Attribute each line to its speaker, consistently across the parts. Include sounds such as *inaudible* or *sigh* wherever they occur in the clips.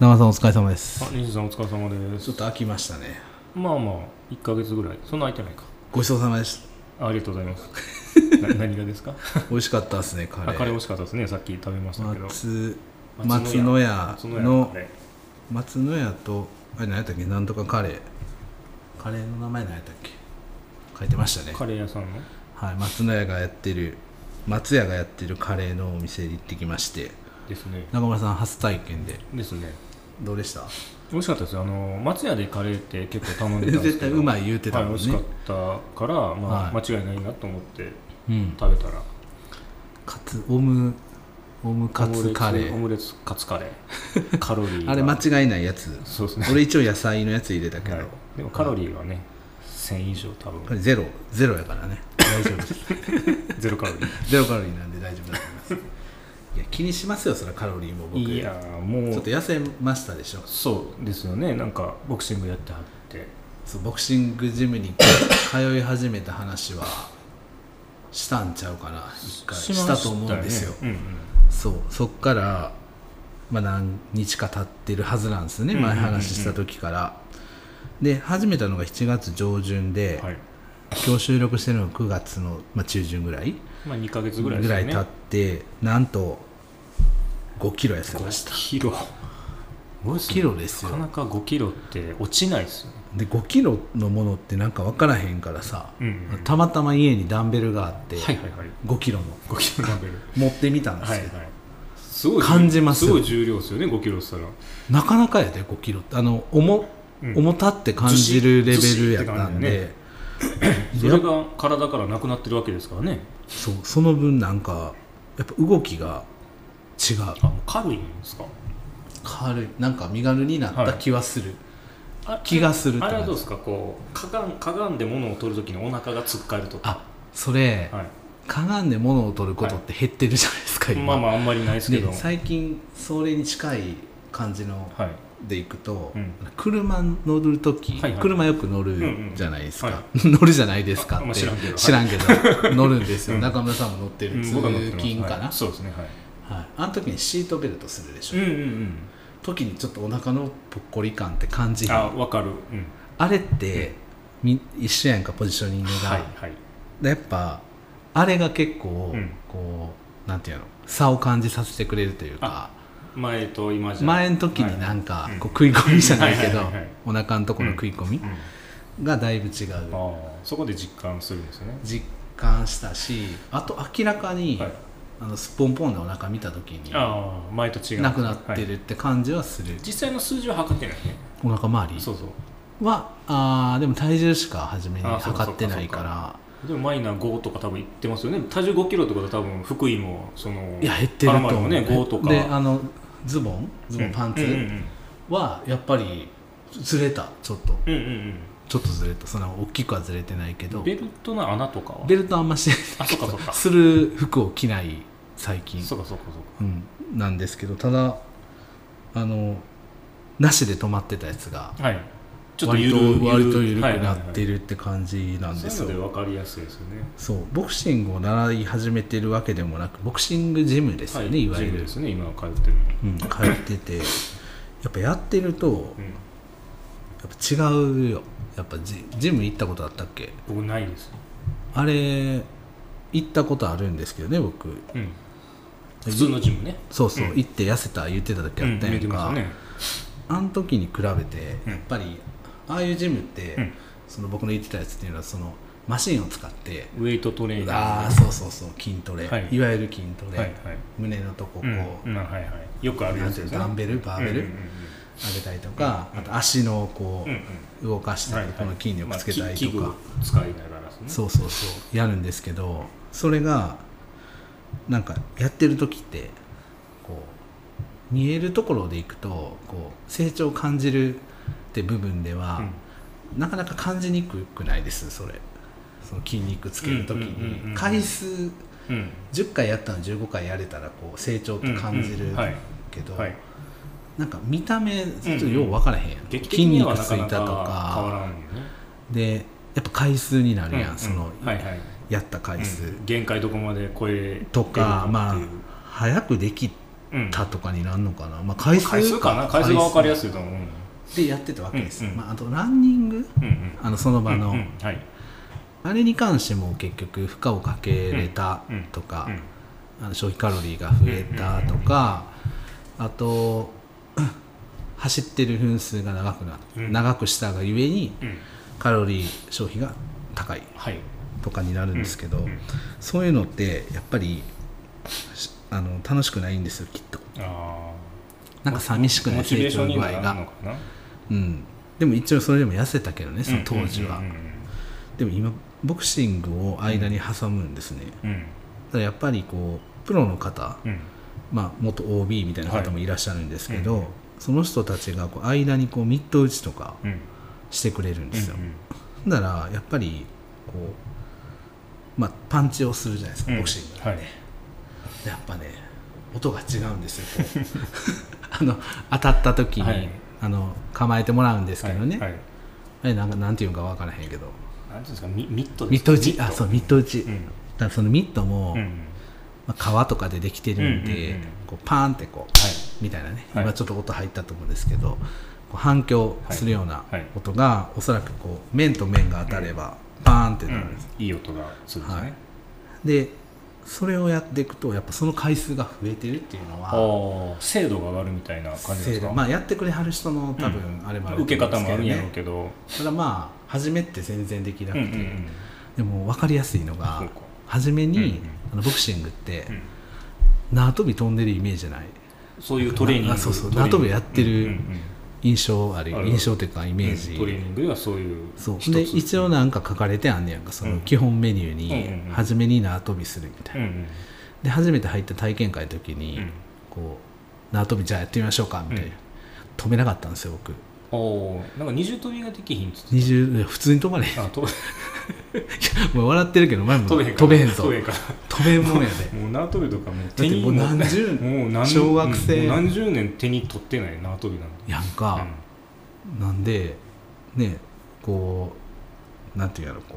Speaker 1: 生さんお疲れ様です
Speaker 2: あ西さんお疲れ様で
Speaker 1: ち
Speaker 2: す
Speaker 1: ょっと飽きましたね
Speaker 2: まあまあ1ヶ月ぐらいそんな空いてないか
Speaker 1: ごちそうさまでし *laughs*
Speaker 2: あありがとうございますな何がですか
Speaker 1: た美味しかったですねカ
Speaker 2: あ
Speaker 1: レー
Speaker 2: カレー美味しかったですねさっき食べましたけど
Speaker 1: 松松
Speaker 2: 松
Speaker 1: の
Speaker 2: の
Speaker 1: 屋
Speaker 2: その
Speaker 1: の
Speaker 2: やつね
Speaker 1: 松の屋とあれ何やったっけなんとかカレーカレーの名前何やったっけ書いてましたね
Speaker 2: カレー屋さんの
Speaker 1: はい松の屋がやってる松屋がやってるカレーのお店に行ってきまして
Speaker 2: ですね
Speaker 1: 中村さん初体験で
Speaker 2: ですね
Speaker 1: どうでした
Speaker 2: 美味しかったですよあの松屋でカレーって結構頼んでたんです
Speaker 1: 絶
Speaker 2: け
Speaker 1: 対
Speaker 2: ど
Speaker 1: うまい言うてた
Speaker 2: はい、
Speaker 1: もん
Speaker 2: 美味し
Speaker 1: ね、
Speaker 2: かったから、まあ
Speaker 1: は
Speaker 2: 間違いないなと思って
Speaker 1: うん
Speaker 2: 食べたら
Speaker 1: カツオムオムカツカレ
Speaker 2: オ
Speaker 1: ー
Speaker 2: ムレツオムレツカツカレ
Speaker 1: *laughs*
Speaker 2: ーカロリーが
Speaker 1: あれ間違いないやつ
Speaker 2: そうですね
Speaker 1: 俺一応野菜のやつ入れたけど、
Speaker 2: はいでもカロリーはね1000以上多
Speaker 1: これ
Speaker 2: 分
Speaker 1: ゼロゼロやからね大丈夫です
Speaker 2: ゼロカロリー
Speaker 1: ゼロカロリーなんで大丈夫だと思いますいや気にしますよそれカロリーも僕
Speaker 2: い
Speaker 1: ち
Speaker 2: やーも
Speaker 1: ょっ
Speaker 2: う
Speaker 1: と痩せましたでしょ
Speaker 2: そうですよねなんかボクシングやってはって
Speaker 1: そうボクシングジムに通い始めた話はしたんちゃうかな一回
Speaker 2: ま
Speaker 1: したと思うんですよ
Speaker 2: ね
Speaker 1: そうそっから、まあ、何日か経ってるはずなんですね
Speaker 2: うんうんう
Speaker 1: 前
Speaker 2: んうん
Speaker 1: 話した時からで始めたのが7月上旬
Speaker 2: う
Speaker 1: で、
Speaker 2: んうんはい
Speaker 1: 今日収録してるのが9月の、まあ、中旬ぐらい
Speaker 2: まあ2ヶ月ぐ
Speaker 1: ぐ
Speaker 2: ら
Speaker 1: ら
Speaker 2: い
Speaker 1: い,、
Speaker 2: ですよね
Speaker 1: 経ってなんと5キロ痩せました
Speaker 2: 5キロ5
Speaker 1: キロですよ
Speaker 2: なかなか5キロって落ちないですよね
Speaker 1: で5キロのものってなんか分からへんからさ、
Speaker 2: うんうん
Speaker 1: たまたま家にダンベルがあって、
Speaker 2: はいはいはい
Speaker 1: 5キロの
Speaker 2: 5キロダンベル
Speaker 1: 持ってみたんです
Speaker 2: は
Speaker 1: よ、
Speaker 2: いはいすごい
Speaker 1: 感じますよ
Speaker 2: すごい重量ですよね5キロって言っ
Speaker 1: なかなかやで5キロってあの重,、
Speaker 2: うん
Speaker 1: 重たって感じるレベルやったん
Speaker 2: ずし
Speaker 1: で
Speaker 2: ずし、たらそれが体からなくなってるわけですからね
Speaker 1: そうその分なんかやっぱ動きが違う
Speaker 2: あもう軽いんですか
Speaker 1: 軽いなんか身軽になった気はする、
Speaker 2: あ
Speaker 1: 気がするって
Speaker 2: あれは
Speaker 1: 感
Speaker 2: どう
Speaker 1: じ
Speaker 2: ですかこうかがんかがんで物を取るときにお腹がつっかえるとか
Speaker 1: あそれ、
Speaker 2: は
Speaker 1: かがんで物を取ることって減ってるじゃないですか、
Speaker 2: い、
Speaker 1: 今
Speaker 2: まあまああんまりないですけど
Speaker 1: で最近それに近い感じの
Speaker 2: はい
Speaker 1: で行くと、
Speaker 2: うん
Speaker 1: 車乗る時、
Speaker 2: はいはい
Speaker 1: 車よく乗るじゃないですか、
Speaker 2: うんうん
Speaker 1: *laughs* 乗るじゃないですか
Speaker 2: ま
Speaker 1: っ
Speaker 2: あ
Speaker 1: て
Speaker 2: 知らんけど
Speaker 1: 知らんけど乗るんですよ、
Speaker 2: うん
Speaker 1: 中村さんも乗ってる通
Speaker 2: 僕は乗ってます
Speaker 1: 勤かな、
Speaker 2: はいそうですねはい
Speaker 1: はいあの時にシートベルトするでしょ、
Speaker 2: うんうんうん
Speaker 1: 時にちょっとお腹のぽっこり感って感じひん
Speaker 2: あ
Speaker 1: あ
Speaker 2: 分かるうん
Speaker 1: れって、み一緒やんかポジショニングが、
Speaker 2: はいはい
Speaker 1: でやっぱあれが結構、
Speaker 2: うん
Speaker 1: こうなんていうの差を感じさせてくれるというか
Speaker 2: 前と今じゃ
Speaker 1: 前の時になんんか、
Speaker 2: いうん
Speaker 1: こう食い込みじゃないけど、
Speaker 2: はいはいはいはい
Speaker 1: お腹のところの食い込み
Speaker 2: うん、あ
Speaker 1: がだいぶ違う、
Speaker 2: あそこで実感するんですよね
Speaker 1: 実感したしあと明らかに、
Speaker 2: はい
Speaker 1: あのすっぽんぽんでお腹見た時に
Speaker 2: ああ前と違う
Speaker 1: なくなって
Speaker 2: はい
Speaker 1: るって感じはする、
Speaker 2: 実際の数字は測ってないね
Speaker 1: お腹周り
Speaker 2: そうそう
Speaker 1: はあーでも体重しか初めに
Speaker 2: あそうか
Speaker 1: 測ってないから
Speaker 2: でもマイナー5とか多分いってますよね体重5キロってことは多分福井もその
Speaker 1: いや減ってると
Speaker 2: パラ
Speaker 1: 思
Speaker 2: マ
Speaker 1: う、
Speaker 2: ルもね5とか
Speaker 1: であのズボンズボ
Speaker 2: う
Speaker 1: ン
Speaker 2: ん
Speaker 1: パン
Speaker 2: うんうん
Speaker 1: ツはやっぱりずれたちょっと
Speaker 2: うんうんうん
Speaker 1: ちょっとずれたそんな大きくはずれてないけ
Speaker 2: う
Speaker 1: ど
Speaker 2: んベルトの穴とかは
Speaker 1: ベルトあんましてない
Speaker 2: あそうかそうか
Speaker 1: する服を着ない最近
Speaker 2: そうかそうかそうか
Speaker 1: うん、なんですけどただあのなしで止まってたやつが
Speaker 2: はい、ちょっと
Speaker 1: 割
Speaker 2: ゆ
Speaker 1: と
Speaker 2: る
Speaker 1: 割と緩くな
Speaker 2: はいは
Speaker 1: っ
Speaker 2: い
Speaker 1: てるって感じな
Speaker 2: はい
Speaker 1: んです
Speaker 2: そう
Speaker 1: よ、
Speaker 2: いうので分かりやすいですよね。
Speaker 1: そうボクシングを習い始めてるわけでもなくボクシングジムですよね、い、わゆ
Speaker 2: ジム
Speaker 1: る
Speaker 2: で、すね、今通ってるの。
Speaker 1: うん、通っててやっぱやってると
Speaker 2: うん、
Speaker 1: やっぱ違うよやっぱジジム行ったことあったっけ
Speaker 2: 僕ないです。
Speaker 1: あれ行ったことあるんですけどね僕
Speaker 2: うん、普通のジムね。
Speaker 1: そうそう、
Speaker 2: うん
Speaker 1: 行って痩せた言ってた時あった
Speaker 2: うん
Speaker 1: や
Speaker 2: 見
Speaker 1: ん
Speaker 2: て
Speaker 1: か、
Speaker 2: ますね。
Speaker 1: あの時に比べて
Speaker 2: うん
Speaker 1: やっぱりああいうジムって、
Speaker 2: うん
Speaker 1: その僕の言ってたやつっていうのはそのマシンを使って、
Speaker 2: ウェイトトレーニング。
Speaker 1: ああそうそうそう筋トレ、、
Speaker 2: はいい
Speaker 1: わゆる筋トレ、
Speaker 2: はいはい。
Speaker 1: 胸のとここう、
Speaker 2: うん、うんはいはい。よくあるやつですね。
Speaker 1: ダンベルバーベル
Speaker 2: うん
Speaker 1: 上げたりとか、あと足のこ
Speaker 2: うんうん。う
Speaker 1: う
Speaker 2: ん
Speaker 1: 動かし
Speaker 2: うん
Speaker 1: たり、この筋力つけたりとか、
Speaker 2: まあ器具を使いながらですね。
Speaker 1: そうそうそうやるんですけどそれがなんかやってる時ってこう見えるところでいくとこう成長を感じるって部分では、
Speaker 2: うん
Speaker 1: なかなか感じにくくないですそれその筋肉つける時
Speaker 2: うんうんうんうんう
Speaker 1: に
Speaker 2: ん
Speaker 1: 回数
Speaker 2: うん。
Speaker 1: 10回やったの15回やれたらこう成長って感じ
Speaker 2: うんう
Speaker 1: る
Speaker 2: んはい
Speaker 1: けど、
Speaker 2: はい。
Speaker 1: なんか見た目ちょっとよう分からへんやん、
Speaker 2: 劇的
Speaker 1: 筋
Speaker 2: には
Speaker 1: 肉
Speaker 2: な
Speaker 1: つ
Speaker 2: か
Speaker 1: い
Speaker 2: な
Speaker 1: た
Speaker 2: か
Speaker 1: と
Speaker 2: 変わ
Speaker 1: から
Speaker 2: んよね。
Speaker 1: でやっぱ回数になるやん、
Speaker 2: うん
Speaker 1: その、
Speaker 2: うんはいはい。
Speaker 1: やった回数、
Speaker 2: うん限界どこまで超えれる
Speaker 1: とか
Speaker 2: っていう
Speaker 1: まあ早くでき
Speaker 2: うん
Speaker 1: たとかになるのかな、まあ、回数
Speaker 2: 回数かな回数が分かりや
Speaker 1: い
Speaker 2: すいと思ううん
Speaker 1: でやってたわけです、
Speaker 2: うんうん
Speaker 1: まあ、あとランニング
Speaker 2: うんうん
Speaker 1: あのその場の、
Speaker 2: うんうんはい
Speaker 1: あれに関しても結局負荷をかけれたとか、
Speaker 2: うん
Speaker 1: あの消費カロリーが増えたとか、あと *clears throat* 走ってる分数が長くな、
Speaker 2: うん
Speaker 1: 長くしたがゆえに
Speaker 2: うん
Speaker 1: カロリー消費が高い
Speaker 2: はい
Speaker 1: とかになるんですけど、
Speaker 2: うんうん
Speaker 1: そういうのってやっぱりしあの楽しくないんですよきっと
Speaker 2: あ
Speaker 1: なんか寂しく
Speaker 2: ー
Speaker 1: な
Speaker 2: モ
Speaker 1: い
Speaker 2: チベ
Speaker 1: 成
Speaker 2: ーショ
Speaker 1: 長
Speaker 2: ンに
Speaker 1: 具
Speaker 2: も
Speaker 1: 合
Speaker 2: なるの
Speaker 1: が、
Speaker 2: かな
Speaker 1: うん、でも一応それでも痩せたけどねその当時は、
Speaker 2: うんうん
Speaker 1: でも今ボクシングを間に挟むんですね、
Speaker 2: うんうん
Speaker 1: だからやっぱりこうプロの方、
Speaker 2: うんうん
Speaker 1: まあ、元 OB みたいな方もいらっしゃるんですけど、
Speaker 2: はいうん
Speaker 1: その人たちがこう間にこうミット打ちとか
Speaker 2: うんうん
Speaker 1: してくれるんですよ、
Speaker 2: うん
Speaker 1: だからやっぱりこう、まあ、パンチをするじゃないですか、
Speaker 2: うん
Speaker 1: ボクシング、
Speaker 2: はい
Speaker 1: やっぱね音が違うんですよ
Speaker 2: *laughs*
Speaker 1: こうあの当たった時に、
Speaker 2: はい
Speaker 1: あの構えてもらうんですけどね、
Speaker 2: はいはい
Speaker 1: あれなんかなんていうのか分からへんけど
Speaker 2: なんていうんですかミミットで
Speaker 1: ミッ
Speaker 2: す
Speaker 1: ト
Speaker 2: か
Speaker 1: 打ちあそうミット打ち、
Speaker 2: う
Speaker 1: だ
Speaker 2: ん
Speaker 1: からそのミットも、
Speaker 2: うんうん
Speaker 1: まあ、皮とかでできてるんで、
Speaker 2: うんうんうん
Speaker 1: こうパーンってこう
Speaker 2: はい
Speaker 1: みたいなね、
Speaker 2: はい
Speaker 1: 今ちょっと音入ったと思うんですけど、こう反響するような
Speaker 2: はいはい
Speaker 1: 音が、おそらくこう面と面が当たれば、パーンって
Speaker 2: う
Speaker 1: なるん
Speaker 2: ん
Speaker 1: です、
Speaker 2: いい音がするんです
Speaker 1: はい
Speaker 2: ね
Speaker 1: でそれをやっていくとやっぱその回数が増えてるっていうの
Speaker 2: あ
Speaker 1: は
Speaker 2: ー精度が上がるみたいな感じです
Speaker 1: せい
Speaker 2: か
Speaker 1: でまあ、やってくれはる人の多分あれもあると思うん
Speaker 2: 受け
Speaker 1: で
Speaker 2: 方
Speaker 1: す
Speaker 2: も
Speaker 1: け
Speaker 2: あ
Speaker 1: ど
Speaker 2: るんやろう
Speaker 1: ね
Speaker 2: けど
Speaker 1: ただまあ初めって全然できなくて、
Speaker 2: うんうんうん
Speaker 1: でも分かりやすいのが
Speaker 2: そうか
Speaker 1: 初めに、
Speaker 2: うんうん
Speaker 1: あのボクシングって
Speaker 2: うん
Speaker 1: 縄跳び飛んでるイメージじゃない
Speaker 2: そういうトレーニング
Speaker 1: あそうそう
Speaker 2: トレーニング
Speaker 1: 縄跳びやってる
Speaker 2: うんうんうん
Speaker 1: 印象ある
Speaker 2: ある
Speaker 1: 印象というかイメージ、
Speaker 2: トレーニングではそういう
Speaker 1: そうで一応
Speaker 2: な
Speaker 1: なんか書かれてあんねやんかその
Speaker 2: うん
Speaker 1: 基本メニュー
Speaker 2: うんうんう
Speaker 1: に
Speaker 2: ん
Speaker 1: 初めに縄跳びするみたいな、
Speaker 2: うんうん
Speaker 1: で初めて入った体験会の時に、
Speaker 2: うん
Speaker 1: こう縄跳びじゃあやってみましょうかみたいな、
Speaker 2: うん
Speaker 1: 止めなかったんですよ僕
Speaker 2: おーなんか二重跳びができひんっつって
Speaker 1: 20いや普通に止まれへん
Speaker 2: あ飛
Speaker 1: *laughs*
Speaker 2: べ
Speaker 1: もう笑ってるけど前も
Speaker 2: 飛べへんから
Speaker 1: 飛べへんぞ
Speaker 2: 飛べへんから
Speaker 1: 飛べんもん
Speaker 2: *laughs*
Speaker 1: やで
Speaker 2: もう縄跳びとかもう
Speaker 1: だってもう何十
Speaker 2: もう何
Speaker 1: 小学生
Speaker 2: うんもう何十年手に取ってない縄跳びなんて
Speaker 1: やんか、なんでねこうなんていうんやろこう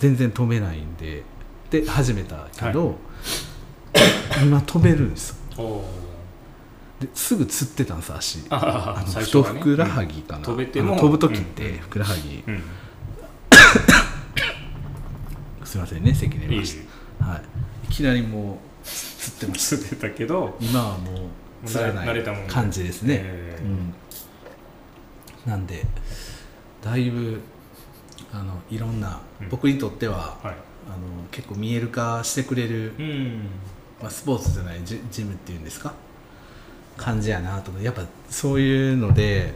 Speaker 1: 全然飛べないんでで始めたけど、 *coughs* 今飛べるんですよ
Speaker 2: うんおー
Speaker 1: ですぐつってたんさ足
Speaker 2: あ
Speaker 1: あ
Speaker 2: ー
Speaker 1: の
Speaker 2: 最
Speaker 1: 太
Speaker 2: 初は
Speaker 1: ふ
Speaker 2: ね
Speaker 1: くらはぎかな、
Speaker 2: うん飛べても
Speaker 1: あの飛ぶ時ってふくらはぎ、
Speaker 2: うん
Speaker 1: すいませんね席
Speaker 2: うんい
Speaker 1: に
Speaker 2: い
Speaker 1: ましたはい、いきなりもうつってまし
Speaker 2: つってたけど
Speaker 1: た今はもうつらな
Speaker 2: 慣れたもん
Speaker 1: い
Speaker 2: ね
Speaker 1: 感じですね、
Speaker 2: え
Speaker 1: う
Speaker 2: ー
Speaker 1: ん、なんでだいぶあのいろんな、
Speaker 2: うん
Speaker 1: 僕にとっては、
Speaker 2: はい
Speaker 1: あの結構見える化してくれる、
Speaker 2: うん
Speaker 1: まあ、スポーツじゃないジジムっていうんですか感じやなと思ってやっぱそういうので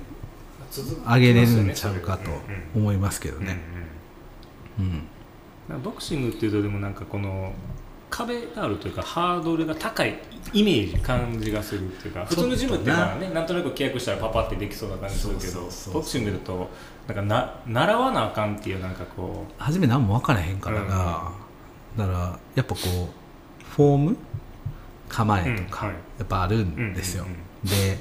Speaker 1: 上げれるんちゃうかと思いますけど
Speaker 2: うんうん
Speaker 1: ね。うん
Speaker 2: なんかボクシングっていうとでもなんかこの壁があるというかハードルが高いイメージ感じがするっていうか普通のジムってまあねなんとなく契約したらパパってできそうな感じするけ
Speaker 1: そうそ
Speaker 2: ど
Speaker 1: うそう
Speaker 2: ボクシングだとなんかな習わなあかんっていうなんかこ
Speaker 1: 初め何も分からへんからが、だからやっぱこうフォーム構
Speaker 2: う、
Speaker 1: えと
Speaker 2: うん
Speaker 1: か、
Speaker 2: はい
Speaker 1: やっぱあるんですよ、
Speaker 2: うんうん
Speaker 1: で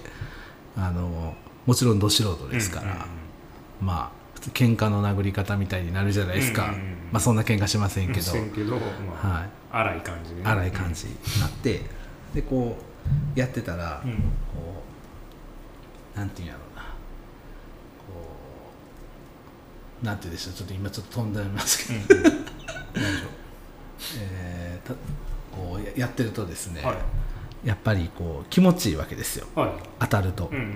Speaker 1: あのもちろんど素人ですから、まあ普通喧嘩の殴り方みたいになるじゃないですか、
Speaker 2: うんうんうん
Speaker 1: まあ、そんな喧嘩しませ
Speaker 2: うんん
Speaker 1: けど、
Speaker 2: せんけど、ま
Speaker 1: はい、
Speaker 2: あ、荒い感じね
Speaker 1: 荒い感じになってでこうやってたら、
Speaker 2: うん
Speaker 1: こうなんていうんやろうなこうなんていうんでしょうちょっと今ちょっと飛んでますけど、
Speaker 2: うんうん
Speaker 1: えーたこうややってるとですね、
Speaker 2: はい
Speaker 1: やっぱりこう気持ちいいわけですよ
Speaker 2: はい
Speaker 1: 当たると
Speaker 2: う、ん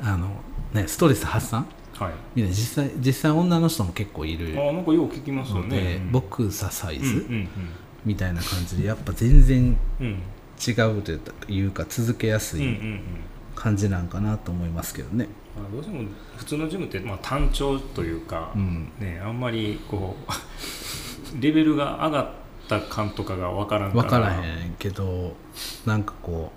Speaker 2: うん
Speaker 1: あのね、ストレス発散
Speaker 2: はい
Speaker 1: みたいな実際実際女の人も結構いる
Speaker 2: あなんかよう聞きますよ
Speaker 1: ので、
Speaker 2: ねうん
Speaker 1: ボクササイ
Speaker 2: うん
Speaker 1: ズ
Speaker 2: うん
Speaker 1: みたいな感じでやっぱ全然
Speaker 2: うんうん
Speaker 1: 違うというか続けやす
Speaker 2: うんうん
Speaker 1: い
Speaker 2: うん
Speaker 1: 感じなんかなと思いますけどね。
Speaker 2: まあどうしても普通のジムってまあ単調というか、
Speaker 1: うん
Speaker 2: ね、あんまりこう *laughs* レベルが上がった感とかが分からんから
Speaker 1: 分からへんけどなんかこ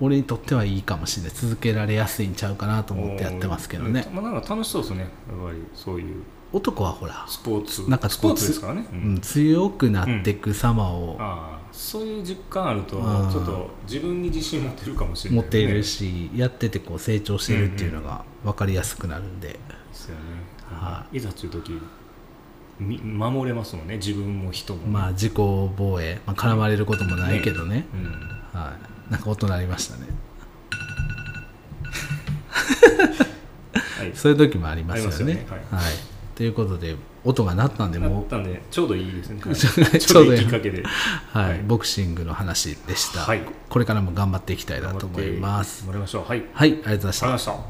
Speaker 1: う俺にとってはいいかもしれない続けられやすいんちゃうかなと思ってやってますけどね
Speaker 2: うんまあ、なんか楽しそうですねやっぱりそういう
Speaker 1: 男はほら、
Speaker 2: スポーツ
Speaker 1: なんか
Speaker 2: スポーツですからね、う
Speaker 1: うんん、強くなってく様を
Speaker 2: ああそういう実感あると
Speaker 1: ああ
Speaker 2: ちょっと自分に自信持てるかもしれな
Speaker 1: 持
Speaker 2: い、
Speaker 1: っているし、やっててこう成長してるっていうのが分かりやすくなるんで、
Speaker 2: ですよね、、
Speaker 1: はい
Speaker 2: ざという時み守れますもんね自分も人も
Speaker 1: まあ自己防衛、まあ、絡まれることもないけどね、
Speaker 2: うん
Speaker 1: はいなんか音鳴りましたね
Speaker 2: はい、
Speaker 1: そういう時もありますよ
Speaker 2: あり
Speaker 1: ね
Speaker 2: ますよね
Speaker 1: はい、ということで音が鳴ったんで
Speaker 2: な
Speaker 1: も
Speaker 2: っ
Speaker 1: う
Speaker 2: たんでちょうどいいですね、はい
Speaker 1: *laughs* ち
Speaker 2: ち
Speaker 1: ょ
Speaker 2: ょ
Speaker 1: う
Speaker 2: う
Speaker 1: ど
Speaker 2: ど
Speaker 1: いい
Speaker 2: いいきっかけで
Speaker 1: はい
Speaker 2: はい
Speaker 1: ボクシングの話でした、
Speaker 2: はい
Speaker 1: これからも頑張っていきたいなと思います
Speaker 2: 頑張ってもらいましょうはいありがと
Speaker 1: はいあり
Speaker 2: う
Speaker 1: がとうございまし
Speaker 2: ご
Speaker 1: た
Speaker 2: ざいました